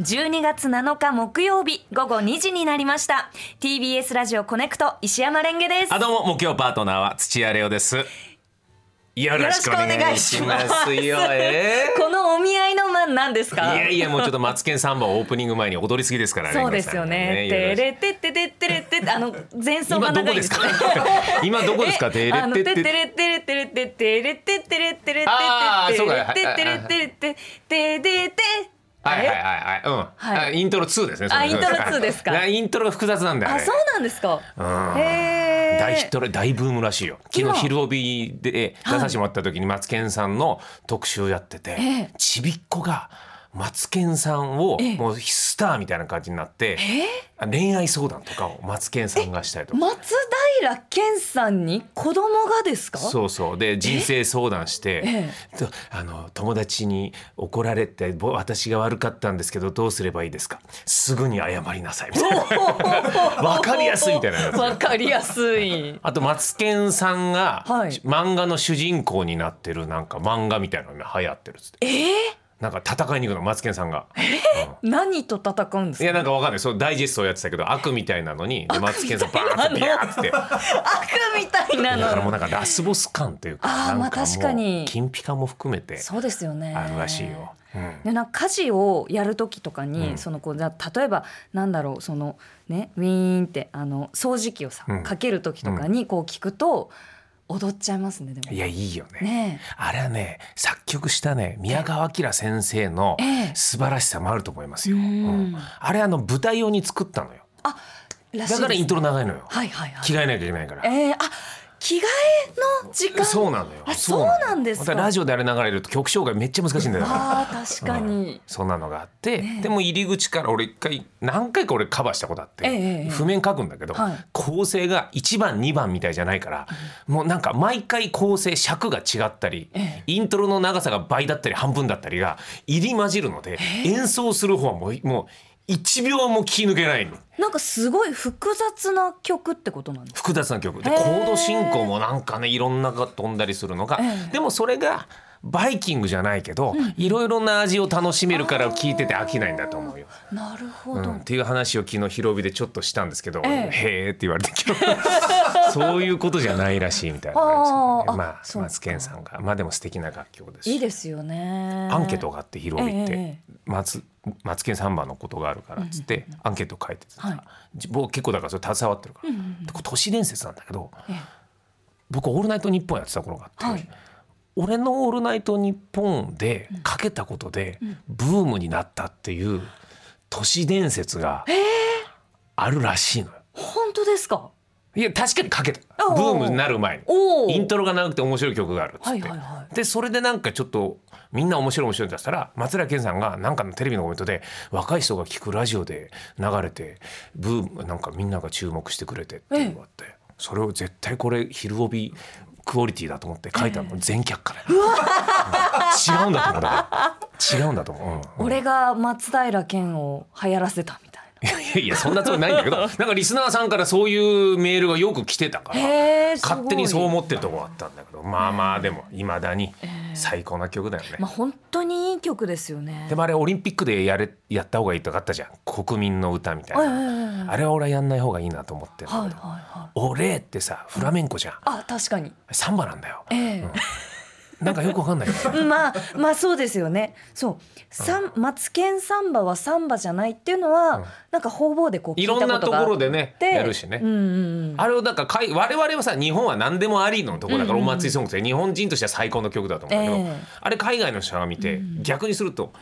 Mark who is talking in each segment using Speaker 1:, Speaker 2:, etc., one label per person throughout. Speaker 1: 12月7日木曜日午後2時になりました TBS ラジオコネクト石山レンゲです
Speaker 2: あどうも木曜パートナーは土屋レオです。よろしくお願いしますよ。え
Speaker 1: このお見合いの間何です
Speaker 2: ー
Speaker 1: か
Speaker 2: いやいやもうちょっとマツケンサンバをオープニング前に踊りすぎですからね。
Speaker 1: そうですよね。て
Speaker 2: レンゲ
Speaker 1: れてっててってれってあの前
Speaker 2: さ
Speaker 1: 奏
Speaker 2: ん今
Speaker 1: が
Speaker 2: ど
Speaker 1: 長
Speaker 2: こ
Speaker 1: い
Speaker 2: で
Speaker 1: ですす
Speaker 2: か
Speaker 1: ね。。
Speaker 2: 今どこですか。て
Speaker 1: えあの
Speaker 2: れ
Speaker 1: て
Speaker 2: て
Speaker 1: って
Speaker 2: って
Speaker 1: れってれってれっててれってってれってれってれってれってってれってれっててでてあ
Speaker 2: はいはい
Speaker 1: れ
Speaker 2: はいはい。うん。
Speaker 1: はい
Speaker 2: あイントロ2ですね。
Speaker 1: あ
Speaker 2: それ
Speaker 1: イントロ2ですか
Speaker 2: はいイントロが複雑なんだよ、ね。
Speaker 1: あそうなんですか
Speaker 2: うん。
Speaker 1: へえ
Speaker 2: 大ヒットレ大ブームらしいよ昨
Speaker 1: 今
Speaker 2: 日「昼帯」で出させてもらった時にマツケンさんの特集をやってて、
Speaker 1: ええ
Speaker 2: ちびっこがマツケンさんを
Speaker 1: ええ
Speaker 2: もうスターみたいな感じになって、
Speaker 1: え
Speaker 2: 恋愛相談とかをマツケンさんがしたりとか。
Speaker 1: 松平健さんに子供がですか
Speaker 2: そうそうで人生相談して、
Speaker 1: え
Speaker 2: とあの友達に怒られてぼ私が悪かったんですけどどうすればいいですかすぐに謝りなさいみたいな
Speaker 1: わ
Speaker 2: わかりやすいみたいなやつ
Speaker 1: わかりやすい
Speaker 2: あとマツケンさんが、
Speaker 1: はい
Speaker 2: 漫画の主人公になってるなんか漫画みたいなのが流行ってるっつって
Speaker 1: えー、
Speaker 2: なんか戦いに行くのマツケンさ んが、うん
Speaker 1: 何と戦うんです
Speaker 2: い
Speaker 1: か
Speaker 2: やなんかわかんないそうダイジェストをやってたけど悪みたいなのにでマツケンさんバーンってビャーって
Speaker 1: 悪みたいな
Speaker 2: だからもう
Speaker 1: の
Speaker 2: なんかラスボス感というか
Speaker 1: あー
Speaker 2: なん
Speaker 1: まあ確かに
Speaker 2: 金ピカも含めて
Speaker 1: そうですよね
Speaker 2: あるらしいよ、うん
Speaker 1: でなんか家事をやる時とかに、
Speaker 2: うん
Speaker 1: そのこうじゃあ例えばなんだろうそのねウィーンってあの掃除機をさ、
Speaker 2: うん
Speaker 1: かける時とかにこう聞くと踊っちゃいますねでも
Speaker 2: いやいいよね
Speaker 1: ね
Speaker 2: あれはね作曲したね宮川明先生の
Speaker 1: ええ
Speaker 2: 素晴らしさもあると思いますよ、
Speaker 1: うん
Speaker 2: うんあれあの舞台用に作ったのよ
Speaker 1: えらしいで
Speaker 2: だ
Speaker 1: す
Speaker 2: からイントロ長いのよ
Speaker 1: はいはいはい
Speaker 2: 着替えなきゃいけないから
Speaker 1: えー、あ着替えの時間
Speaker 2: そうなのよ
Speaker 1: あ
Speaker 2: のよ
Speaker 1: そうなんですか
Speaker 2: またラジオであれ流れると曲紹介めっちゃ難しいんだよだから
Speaker 1: あー確か
Speaker 2: う
Speaker 1: に
Speaker 2: ん、そんなのがあって、
Speaker 1: ねえ
Speaker 2: でも入り口から俺一回何回か俺カバーしたことあって、
Speaker 1: ええええ
Speaker 2: 譜面書くんだけど、
Speaker 1: はい
Speaker 2: 構成が1番2番みたいじゃないから、もうなんか毎回構成尺が違ったり、
Speaker 1: え
Speaker 2: イントロの長さが倍だったり半分だったりが入り混じるので、演奏する方はもうもう1秒も気抜けないの
Speaker 1: なんかすごい複雑な曲ってことなんです
Speaker 2: 複雑な曲で
Speaker 1: へ
Speaker 2: コ
Speaker 1: ー
Speaker 2: ード進行もなんかねいろんなが飛んだりするのが、
Speaker 1: ええ
Speaker 2: でもそれがバイキングじゃないけど、いろいろな味を楽しめるから聞いてて飽きないんだと思うよ。
Speaker 1: なるほ
Speaker 2: う
Speaker 1: ど、
Speaker 2: ん、っていう話を昨日広尾でちょっとしたんですけど「
Speaker 1: ええ
Speaker 2: へえ」って言われて 今日そういうことじゃないらしいみたいな、
Speaker 1: あーあ
Speaker 2: まあ
Speaker 1: そうか
Speaker 2: マツケンさんがまあでも素敵な楽曲ですし
Speaker 1: いいですよね
Speaker 2: アンケートがあって広尾行って、
Speaker 1: ええ
Speaker 2: マツマツケンサンバのことがあるからっつって、アンケート書いててさ、
Speaker 1: はい
Speaker 2: 僕結構だからそれ携わってるから、でこれ都市伝説なんだけど、僕「オールナイトニッポン」やってた頃があって、
Speaker 1: はい
Speaker 2: 俺の「オールナイトニッポン」でかけたことでブームになったっていう都市伝説があるらしいのよ。
Speaker 1: 本当ですか
Speaker 2: いや確かにかけた
Speaker 1: おう
Speaker 2: ブームになる前に
Speaker 1: おお
Speaker 2: イントロが長くて面白い曲があるっつって、
Speaker 1: はいはいは
Speaker 2: でそれでなんかちょっとみんな面白い面白いって出したら松平健さんがなんかのテレビのコメントで若い人が聞くラジオで流れてブームなんかみんなが注目してくれてっていうのがあって、それを絶対これ「昼帯」クオリティだと思って書いたの全却下で、うん違うんだと思うんだから違うんだと思う、うん
Speaker 1: 俺が松平健を流行らせたみたいない
Speaker 2: やいやそんなつもりない んだけどなんかリスナーさんからそういうメールがよく来てたから
Speaker 1: へーすごい
Speaker 2: 勝手にそう思ってるとこあったんだけどまあまあでもいまだに最高な曲だよね。
Speaker 1: まあ本当にいい曲ですよね
Speaker 2: でもあれオリンピックでやれやった方がいいとかあったじゃん国民の歌みたい
Speaker 1: はい
Speaker 2: な、
Speaker 1: はいはいはい
Speaker 2: あれは俺はやんない方がいいなと思ってるんだ
Speaker 1: はいは
Speaker 2: け
Speaker 1: い
Speaker 2: ど
Speaker 1: はい
Speaker 2: 「オレ」ってさフラメンコじゃん
Speaker 1: あ確かに
Speaker 2: サンバなんだよ
Speaker 1: ええ
Speaker 2: なんかよくわかんないよ ね
Speaker 1: まあまあそうですよねそうサンマツケンサンバはサンバじゃないっていうのは、なんか方々でこう聞
Speaker 2: い
Speaker 1: いた
Speaker 2: ろ
Speaker 1: こと
Speaker 2: ん
Speaker 1: があ
Speaker 2: な
Speaker 1: って
Speaker 2: ところでねやるしね、
Speaker 1: うんうんうん
Speaker 2: あれをなんかかい我々はさ日本は何でもありのところだからお祭りソングって日本人としては最高の曲だと思うんだけど、
Speaker 1: ええ
Speaker 2: あれ海外の人が見て逆にすると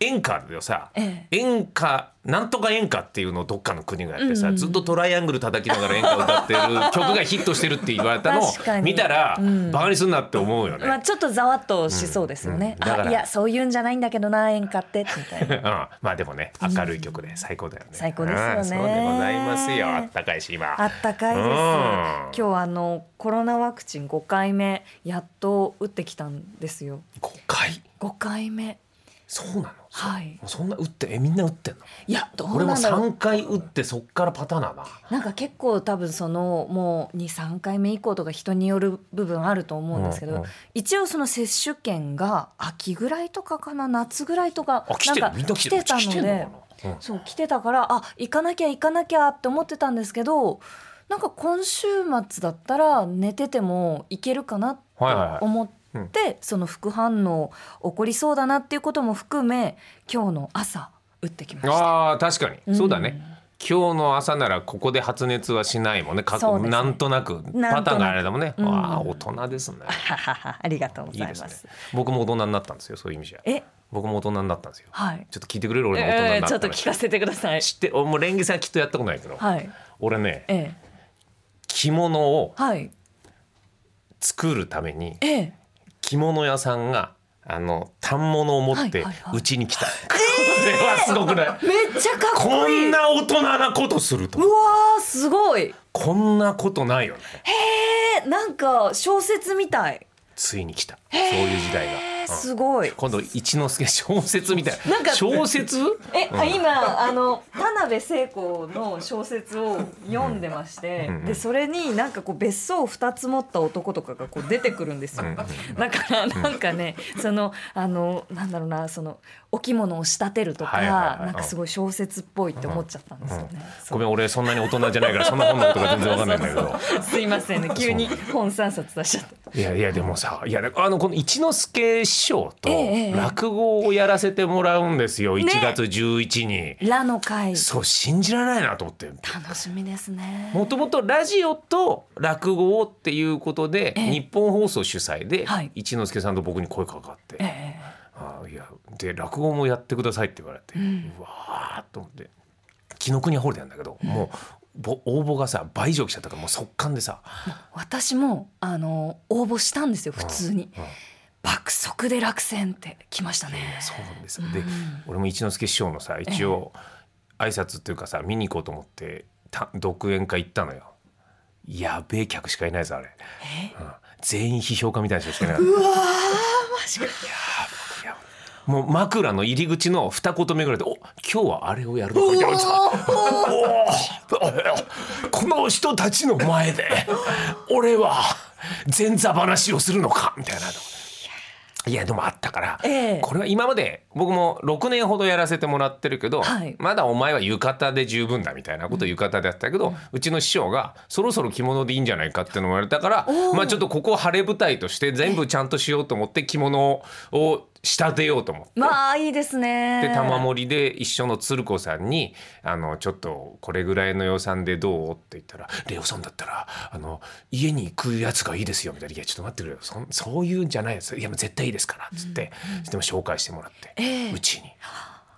Speaker 2: 演歌でさ、
Speaker 1: え
Speaker 2: 演歌なんとか演歌っていうのをどっかの国がやってさ、ずっとトライアングル叩きながら演歌を歌っ てる曲がヒットしてるって言われたの
Speaker 1: 確か
Speaker 2: を
Speaker 1: に
Speaker 2: 見たら、
Speaker 1: うん
Speaker 2: バカにすんなって思うよね。
Speaker 1: まあちょっとざわっとしそうですよね、
Speaker 2: うんうんだから
Speaker 1: あいやそういうんじゃないんだけどな演歌ってみたいな
Speaker 2: うん、まあでもね明るい曲で最高だよね。
Speaker 1: 最高ですよね
Speaker 2: うんそうでございますよ。あったかいし今。
Speaker 1: あったかいです、
Speaker 2: うん
Speaker 1: 今日はあのコロナワクチン5回目やっと打ってきたんですよ
Speaker 2: 5回
Speaker 1: 5回目
Speaker 2: そうなの、
Speaker 1: はい
Speaker 2: そんな打ってえみんな打ってんの
Speaker 1: いやど
Speaker 2: 俺
Speaker 1: う
Speaker 2: も
Speaker 1: なんだろう
Speaker 2: 3回打ってそっからパターンだな
Speaker 1: なんか結構多分そのもう23回目以降とか人による部分あると思うんですけど、
Speaker 2: うんうん
Speaker 1: 一応その接種券が秋ぐらいとかかな夏ぐらいとか
Speaker 2: あ来
Speaker 1: なん
Speaker 2: てる
Speaker 1: か
Speaker 2: みんな来
Speaker 1: 来
Speaker 2: て
Speaker 1: て
Speaker 2: る
Speaker 1: たの
Speaker 2: 来てん
Speaker 1: で
Speaker 2: のかな、うん
Speaker 1: そう来てたからあ行かなきゃ行かなきゃって思ってたんですけどなんか今週末だったら寝てても行けるかなって
Speaker 2: はいはいはい
Speaker 1: 思って。その副反応起こりそうだなっていうことも含め今日の朝打ってきました。
Speaker 2: あー確かに、
Speaker 1: うん
Speaker 2: そうだね今日の朝ならここで発熱はしないもんねか
Speaker 1: そうですね
Speaker 2: なんとなくパターンがあれだもんね、
Speaker 1: うん
Speaker 2: ああ大人ですね
Speaker 1: ありがとうご
Speaker 2: いい
Speaker 1: ざい
Speaker 2: で
Speaker 1: ますす。
Speaker 2: ね僕も大人になったんですよそういう意味じゃ
Speaker 1: え
Speaker 2: 僕も大人になったんですよ
Speaker 1: はい。
Speaker 2: ちょっと聞いてくれる俺も大
Speaker 1: え
Speaker 2: 人に
Speaker 1: ー
Speaker 2: なっ
Speaker 1: ちょ
Speaker 2: た
Speaker 1: っと聞かせてください。
Speaker 2: 知っておもうレンゲさんきっとやったことないけど、
Speaker 1: はい。
Speaker 2: 俺ね
Speaker 1: ええ
Speaker 2: 着物を
Speaker 1: はい。
Speaker 2: 作るために
Speaker 1: ええ
Speaker 2: 着物屋さんがあの反物を持って
Speaker 1: はいはいはいう
Speaker 2: ちに来た、これはすごくない
Speaker 1: めっちゃかっ
Speaker 2: こ
Speaker 1: こいい。
Speaker 2: ん
Speaker 1: うわ
Speaker 2: な大人なことすると
Speaker 1: ーすごい。
Speaker 2: こんなことないよね
Speaker 1: えなんか小説みたい。
Speaker 2: ついに来たそういう時代が、
Speaker 1: えー
Speaker 2: うん
Speaker 1: すごい。
Speaker 2: 今度一之輔小説みたいな
Speaker 1: なんか
Speaker 2: 小説
Speaker 1: え、今あの田辺聖子の小説を読んでまして、
Speaker 2: うんうん
Speaker 1: でそれになんかこう別荘を2つ持った男とかがこう出てくるんですよ、
Speaker 2: うんうん
Speaker 1: だからなんかね、そのあのなんだろうなそのお着物を仕立てるとか、
Speaker 2: はいはいはいうん
Speaker 1: なんかすごい小説っぽいって思っちゃったんですよね、そう
Speaker 2: ごめん俺そんなに大人じゃないからそんな本のことが全然わかんないんだ けど
Speaker 1: すいませんね急に本3冊出しちゃった
Speaker 2: いやいやでもさいやあのこの一之輔師匠と
Speaker 1: ええええ
Speaker 2: 落語をやらせてもらうんですよ、
Speaker 1: ね
Speaker 2: 1月11に。
Speaker 1: 「ラの会」
Speaker 2: そう信じられないなと思って
Speaker 1: 楽しみですね
Speaker 2: もともとラジオと落語をっていうこと
Speaker 1: え
Speaker 2: で、
Speaker 1: え
Speaker 2: 日本放送主催で、
Speaker 1: はい
Speaker 2: 一之輔さんと僕に声かかって、
Speaker 1: ええ
Speaker 2: あいやで落語もやってくださいって言われて、うわーっと思って紀ノ国屋ホールでやるんだけど、もうぼ応募がさ倍以上来ちゃったからもう速乾でさ
Speaker 1: 私もあの応募したんですよ普通に、
Speaker 2: うんうん
Speaker 1: 爆速で落選って来ましたね
Speaker 2: そうなんですよで俺も一之輔師匠のさ一応挨拶っていうかさ見に行こうと思ってた独演会行ったのよやべえ客しかいないぞあれ、うん全員批評家みたいな人しかいない
Speaker 1: うんうわーマジか
Speaker 2: いやもう枕の入り口の二言目ぐらいで「お今日はあれをやるの
Speaker 1: お
Speaker 2: か」みたいなさ
Speaker 1: ー
Speaker 2: おーこの人たちの前で俺は前座話をするのかみたいなのいやでもあったから、
Speaker 1: ええ
Speaker 2: これは今まで僕も6年ほどやらせてもらってるけど、
Speaker 1: はい
Speaker 2: まだお前は浴衣で十分だみたいなことを浴衣でやってたけど、うちの師匠がそろそろ着物でいいんじゃないかってのも言われたから
Speaker 1: おー
Speaker 2: まあちょっとここを晴れ舞台として全部ちゃんとしようと思って着物を仕立てようと思って。
Speaker 1: まあいいですね
Speaker 2: で玉盛りで一緒の鶴子さんに「あのちょっとこれぐらいの予算でどう?」って言ったら「レオさんだったらあの家に行くやつがいいですよ」みたいな「いやちょっと待ってくれよそんそういうんじゃないやついやもう絶対いいですから」っつって、でも紹介してもらって、
Speaker 1: ええ
Speaker 2: うちに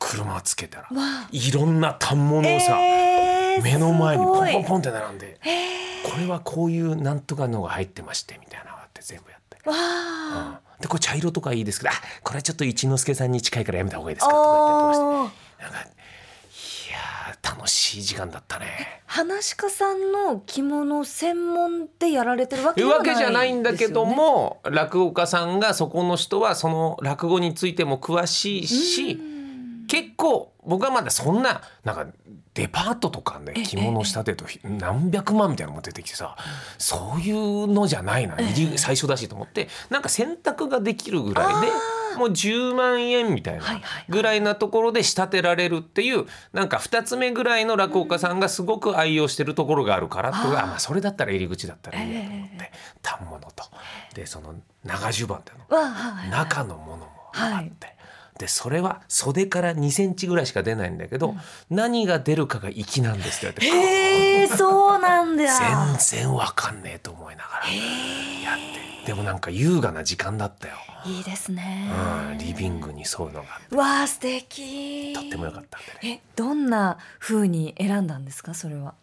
Speaker 2: 車つけたらいろんな反物をさ、
Speaker 1: えー
Speaker 2: 目の前にポン
Speaker 1: す
Speaker 2: ポ
Speaker 1: ごい
Speaker 2: ンポンって並んで「これはこういうなんとかのが入ってまして」みたいなのがあって全部やって。
Speaker 1: わあ
Speaker 2: でこれ茶色とかいいですけどあこれはちょっと一之輔さんに近いからやめた方がいいですかとか言ったりとかして
Speaker 1: あー
Speaker 2: なんかいやー楽しい時間だったね。
Speaker 1: 話し家さんの着物専門でやられてるわけ
Speaker 2: いう
Speaker 1: では
Speaker 2: わけじゃないんだけど
Speaker 1: ないで
Speaker 2: も、落語家さんがそこの人はその落語についても詳しい
Speaker 1: すよね
Speaker 2: し、結構僕はまだそんななんかデパートとかね
Speaker 1: ええ
Speaker 2: 着物を仕立てるとひ何百万みたいなのも出てきてさそういうのじゃないな入り最初だしと思ってなんか選択ができるぐらいでもう10万円みたいな
Speaker 1: はいはいはい
Speaker 2: ぐらいなところで仕立てられるっていうなんか2つ目ぐらいの落語家さんがすごく愛用してるところがあるからとかあまあそれだったら入り口だったらいいやと思って反物とでその長襦袢っていうの
Speaker 1: わあはい
Speaker 2: 中のものもあって、でそれは袖から2センチぐらいしか出ないんだけど、何が出るかが粋なんですって言われて
Speaker 1: へえそうなんだ
Speaker 2: 全然わかんねえと思いながらやってでもなんか優雅な時間だったよ、
Speaker 1: いいですね
Speaker 2: うん、リビングにそういうのがあって
Speaker 1: わあ素敵
Speaker 2: とってもよかったんでね。
Speaker 1: えどんな風に選んだんですかそれは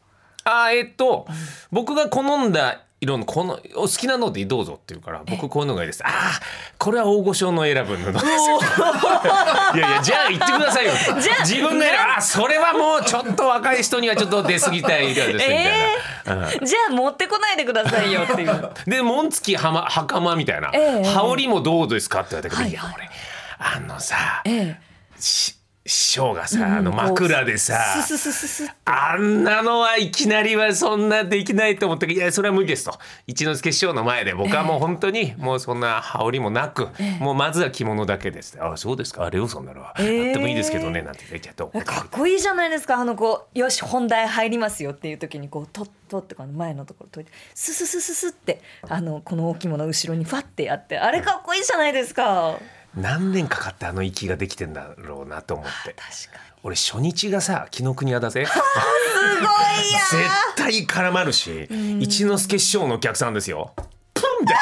Speaker 2: あーえっと、僕が好んだ色のこのお好きなのでどうぞって言うから僕こういうのがいいですああこれは大御所の選ぶ布です いやいやじゃあ言ってくださいよ
Speaker 1: じゃあ
Speaker 2: 自分が選ぶあーそれはもうちょっと若い人にはちょっと出過ぎた色ですみ たいな、うん
Speaker 1: じゃあ持ってこないでくださいよっていう
Speaker 2: で紋付きはま袴みたいな、
Speaker 1: ええ
Speaker 2: 羽織もどうですかって言われたけど、
Speaker 1: はい
Speaker 2: いや俺あのさ
Speaker 1: ええ
Speaker 2: し師匠が
Speaker 1: う
Speaker 2: さ、
Speaker 1: ん
Speaker 2: あの枕でさ
Speaker 1: ススススス
Speaker 2: あんなのはいきなりはそんなできないと思っていやそれは無理ですと一之輔師匠の前で僕はもう本当にもうそんな羽織もなく、
Speaker 1: ええ
Speaker 2: もうまずは着物だけですあそうですかレオさんなら、
Speaker 1: ええ
Speaker 2: やってもいいですけどねなんて言ってちゃって
Speaker 1: えかっこいいじゃないですかあのこうよし本題入りますよっていう時にこうとっとってこの前のところといてスススススってあのこの大きいものを後ろにファってやってあれかっこいいじゃないですか
Speaker 2: 何年かかってあの息ができてんだろうなと思って
Speaker 1: 確かに
Speaker 2: 俺初日がさ紀ノ国屋だぜ
Speaker 1: すごいや
Speaker 2: 絶対絡まるし一之輔師匠のお客さんですよプンって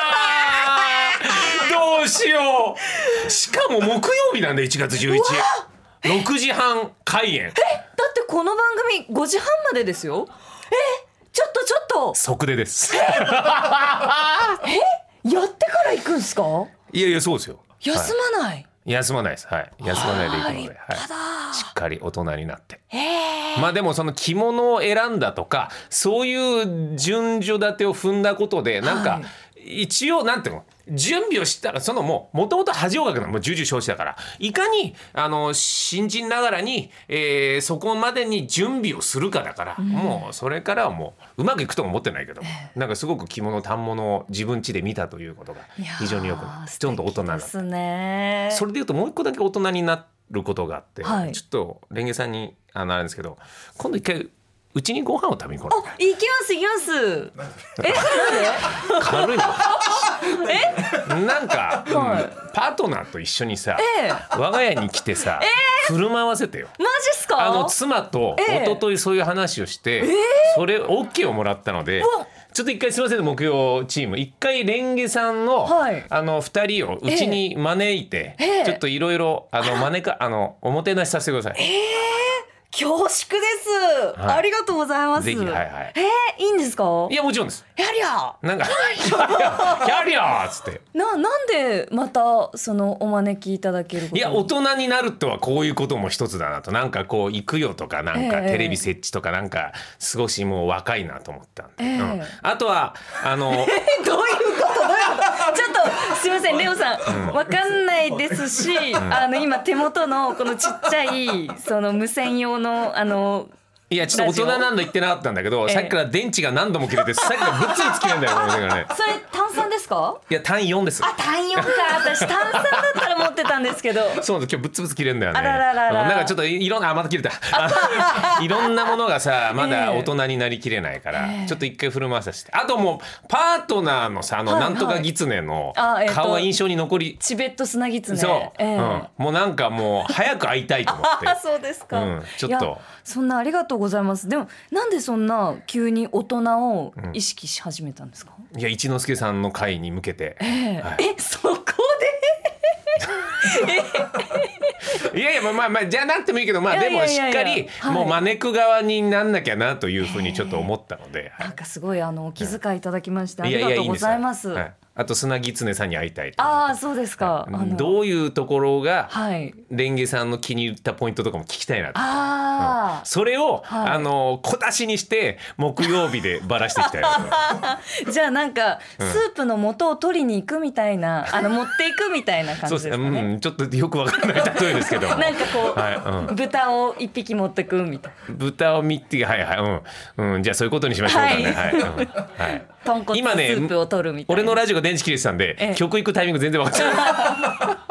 Speaker 2: どうしようしかも木曜日なんで1月11 6時半開演
Speaker 1: だってこの番組5時半までですよえちょっとちょっと
Speaker 2: 即出です
Speaker 1: やってから行くんですか
Speaker 2: いやいやそうですよ
Speaker 1: 休
Speaker 2: は
Speaker 1: まない、
Speaker 2: い休まないですはい休まないでいく
Speaker 1: あ
Speaker 2: ので、
Speaker 1: ー立派だ
Speaker 2: はい、しっかり大人になって
Speaker 1: え
Speaker 2: まあでもその着物を選んだとかそういう順序立てを踏んだことでなん
Speaker 1: は
Speaker 2: か一応なんていうの準備をしたらそのもうもともと恥をかくのもう重々承知だからいかにあの新人ながらに、えーそこまでに準備をするかだから、もうそれからはもううまくいくとも思ってないけど、なんかすごく着物反物を自分家で見たということが
Speaker 1: ーいやー
Speaker 2: 非常によくなってちょっと大人になっ
Speaker 1: 素敵で
Speaker 2: た
Speaker 1: すね
Speaker 2: それでいうともう一個だけ大人になることがあって、
Speaker 1: はい
Speaker 2: ちょっとレンゲさんにあのあれなんですけど今度一回うちにご飯を食べに来
Speaker 1: あ
Speaker 2: ない
Speaker 1: 行きます行きます えなん
Speaker 2: 軽い
Speaker 1: でえ
Speaker 2: のなんか、うん
Speaker 1: はい
Speaker 2: パートナーと一緒にさ、
Speaker 1: ええ
Speaker 2: 我が家に来てさ、振る舞わせてよ。
Speaker 1: マジっすか
Speaker 2: あの妻と
Speaker 1: ええ
Speaker 2: 一昨日そういう話をして、それ OK をもらったので、
Speaker 1: うわ
Speaker 2: ちょっと一回すみません木曜チーム一回レンゲさんの、
Speaker 1: はい
Speaker 2: あの二人をうちに招いて、
Speaker 1: ええ
Speaker 2: ちょっといろいろあの招かあのおもてなしさせてください。
Speaker 1: 恐縮です、
Speaker 2: はい
Speaker 1: ありがとうございます
Speaker 2: ぜひはいはい
Speaker 1: えー、いいんですか
Speaker 2: いやもちろんです。
Speaker 1: やりゃ
Speaker 2: なんか 「キャリアキャリア!」っつって。
Speaker 1: ななんでまたそのお招きいただけること
Speaker 2: い
Speaker 1: に
Speaker 2: や大人になるとはこういうことも一つだなとなんかこう行くよとかなんか
Speaker 1: ええ
Speaker 2: テレビ設置とかなんか少しもう若いなと思ったんで、
Speaker 1: ええ
Speaker 2: うんあとは あの
Speaker 1: えどういうことどういうことちょっとすいませんレオさんわかんないですし、あの今手元のこのちっちゃいその無線用のあの
Speaker 2: いやちょっと大人なんだ言ってなかったんだけど、
Speaker 1: ええ
Speaker 2: さっきから電池が何度も切れてさっきからぶっつりつきなんだよこの電話ね。
Speaker 1: それ炭酸ですか
Speaker 2: いや単位4です。
Speaker 1: あ単4か私炭酸だったら持ってたんですけど
Speaker 2: そうなんです今日ぶっつぶつ切れんだよね。
Speaker 1: あらららら
Speaker 2: うんなんかちょっといろんなあまた切 れた。いろんなものがさまだ大人になりきれないから、
Speaker 1: ええ
Speaker 2: ちょっと一回振る舞わさせて。あともうパートナーのさあの
Speaker 1: はい
Speaker 2: なんとか狐の
Speaker 1: あえっと
Speaker 2: 顔は印象に残り、
Speaker 1: チベット砂狐
Speaker 2: そう、
Speaker 1: ええ
Speaker 2: うん、もうなんかもう早く会いたいと思っ て。
Speaker 1: あそうですか、
Speaker 2: うんちょっと
Speaker 1: いやそんなありがとうございますでもなんでそんな急に大人を意識し始めたんですか、
Speaker 2: いや一之輔さんの会に向けて。
Speaker 1: ええ
Speaker 2: は
Speaker 1: えそこ
Speaker 2: いやいやまあまあまあじゃなくてもいいけどまあでも
Speaker 1: い
Speaker 2: し
Speaker 1: や
Speaker 2: っ
Speaker 1: いや
Speaker 2: か
Speaker 1: いやい
Speaker 2: り
Speaker 1: やはい
Speaker 2: もう招く側になんなきゃなというふうにちょっと思ったので。
Speaker 1: で
Speaker 2: は
Speaker 1: なんかすごいあのお気遣いいただきましてあ
Speaker 2: い
Speaker 1: り
Speaker 2: や
Speaker 1: が
Speaker 2: や
Speaker 1: とう
Speaker 2: いん
Speaker 1: ご
Speaker 2: です
Speaker 1: ざいます
Speaker 2: はいあと砂狐さんに会いたいと思って。
Speaker 1: ああそうですか、あの
Speaker 2: どういうところが、
Speaker 1: はい
Speaker 2: レンゲさんの気に入ったポイントとかも聞きたいなと
Speaker 1: ああ、
Speaker 2: それを、
Speaker 1: はい
Speaker 2: あの小出しにして木曜日でばらしていきたいなと
Speaker 1: じゃあなんかスープの素を取りに行くみたいな、あの 持っていくみたい な感
Speaker 2: そう
Speaker 1: じ
Speaker 2: で
Speaker 1: ですす
Speaker 2: ね、
Speaker 1: かね。
Speaker 2: うん、ちょっとよくわからない例えですけども
Speaker 1: なんかこう、
Speaker 2: はいうん
Speaker 1: 豚を一匹持ってくみたいな。
Speaker 2: 豚を見てはいはいうん、うん、じゃあそういうことにしましょうかね
Speaker 1: は
Speaker 2: はい、うんはい
Speaker 1: 豚骨ス
Speaker 2: 今ね
Speaker 1: ープを取るみたいな。
Speaker 2: 俺のラジオが電池切れてたんで、
Speaker 1: ええ
Speaker 2: 曲行くタイミング全然分かんない